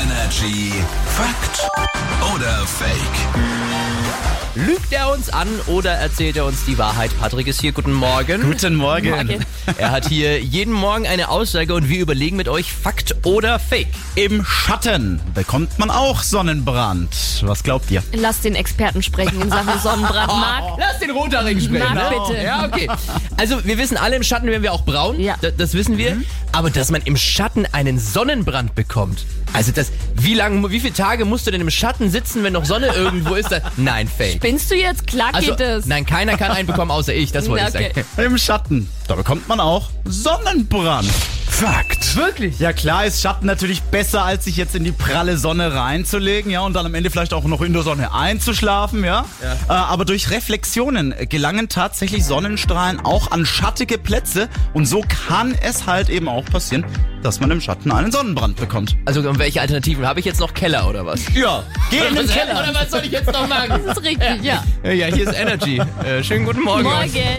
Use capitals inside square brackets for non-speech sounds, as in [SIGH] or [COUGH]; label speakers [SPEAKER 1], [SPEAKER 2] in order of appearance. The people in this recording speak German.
[SPEAKER 1] Energy Fakt oder Fake?
[SPEAKER 2] Lügt er uns an oder erzählt er uns die Wahrheit? Patrick ist hier, guten Morgen.
[SPEAKER 3] Guten Morgen.
[SPEAKER 4] Morgen.
[SPEAKER 2] [LAUGHS] Er hat hier jeden Morgen eine Aussage und wir überlegen mit euch Fakt oder Fake.
[SPEAKER 3] Im Schatten bekommt man auch Sonnenbrand. Was glaubt ihr?
[SPEAKER 4] Lass den Experten sprechen in Sachen
[SPEAKER 2] [LAUGHS]
[SPEAKER 4] Sonnenbrand. Marc,
[SPEAKER 2] Lass den Rotharing sprechen.
[SPEAKER 4] Marc,
[SPEAKER 2] ne?
[SPEAKER 4] bitte.
[SPEAKER 2] Ja, okay. Also wir wissen alle, im Schatten werden wir auch braun.
[SPEAKER 4] Ja. Mhm.
[SPEAKER 2] Da, das wissen wir. Aber dass man im Schatten einen Sonnenbrand bekommt. Also das, wie lange, wie viele Tage musst du denn im Schatten sitzen, wenn noch Sonne irgendwo ist? Da, nein, Fake.
[SPEAKER 4] spinnst du jetzt? Klar
[SPEAKER 2] Also,
[SPEAKER 4] geht es.
[SPEAKER 2] nein, keiner kann einen bekommen, außer ich. Das wollte
[SPEAKER 4] Na,
[SPEAKER 2] ich
[SPEAKER 4] okay.
[SPEAKER 2] sagen.
[SPEAKER 3] Im Schatten. Da bekommt man auch Sonnenbrand.
[SPEAKER 1] Fakt.
[SPEAKER 2] Wirklich?
[SPEAKER 3] Ja klar, ist Schatten natürlich besser, als sich jetzt in die pralle Sonne reinzulegen, ja, und dann am Ende vielleicht auch noch in der Sonne einzuschlafen, ja. Äh, aber durch Reflexionen gelangen tatsächlich Sonnenstrahlen auch an schattige Plätze und so kann es halt eben auch passieren, dass man im Schatten einen Sonnenbrand bekommt.
[SPEAKER 2] Also und welche Alternativen? Habe ich jetzt noch Keller oder was?
[SPEAKER 3] Ja, geh in den
[SPEAKER 2] Was-
[SPEAKER 3] Keller.
[SPEAKER 2] Oder was soll ich jetzt noch machen? [LAUGHS]
[SPEAKER 4] Das ist richtig, ja.
[SPEAKER 2] Ja, hier ist Energy. Äh, schönen guten Morgen.
[SPEAKER 4] Morgen.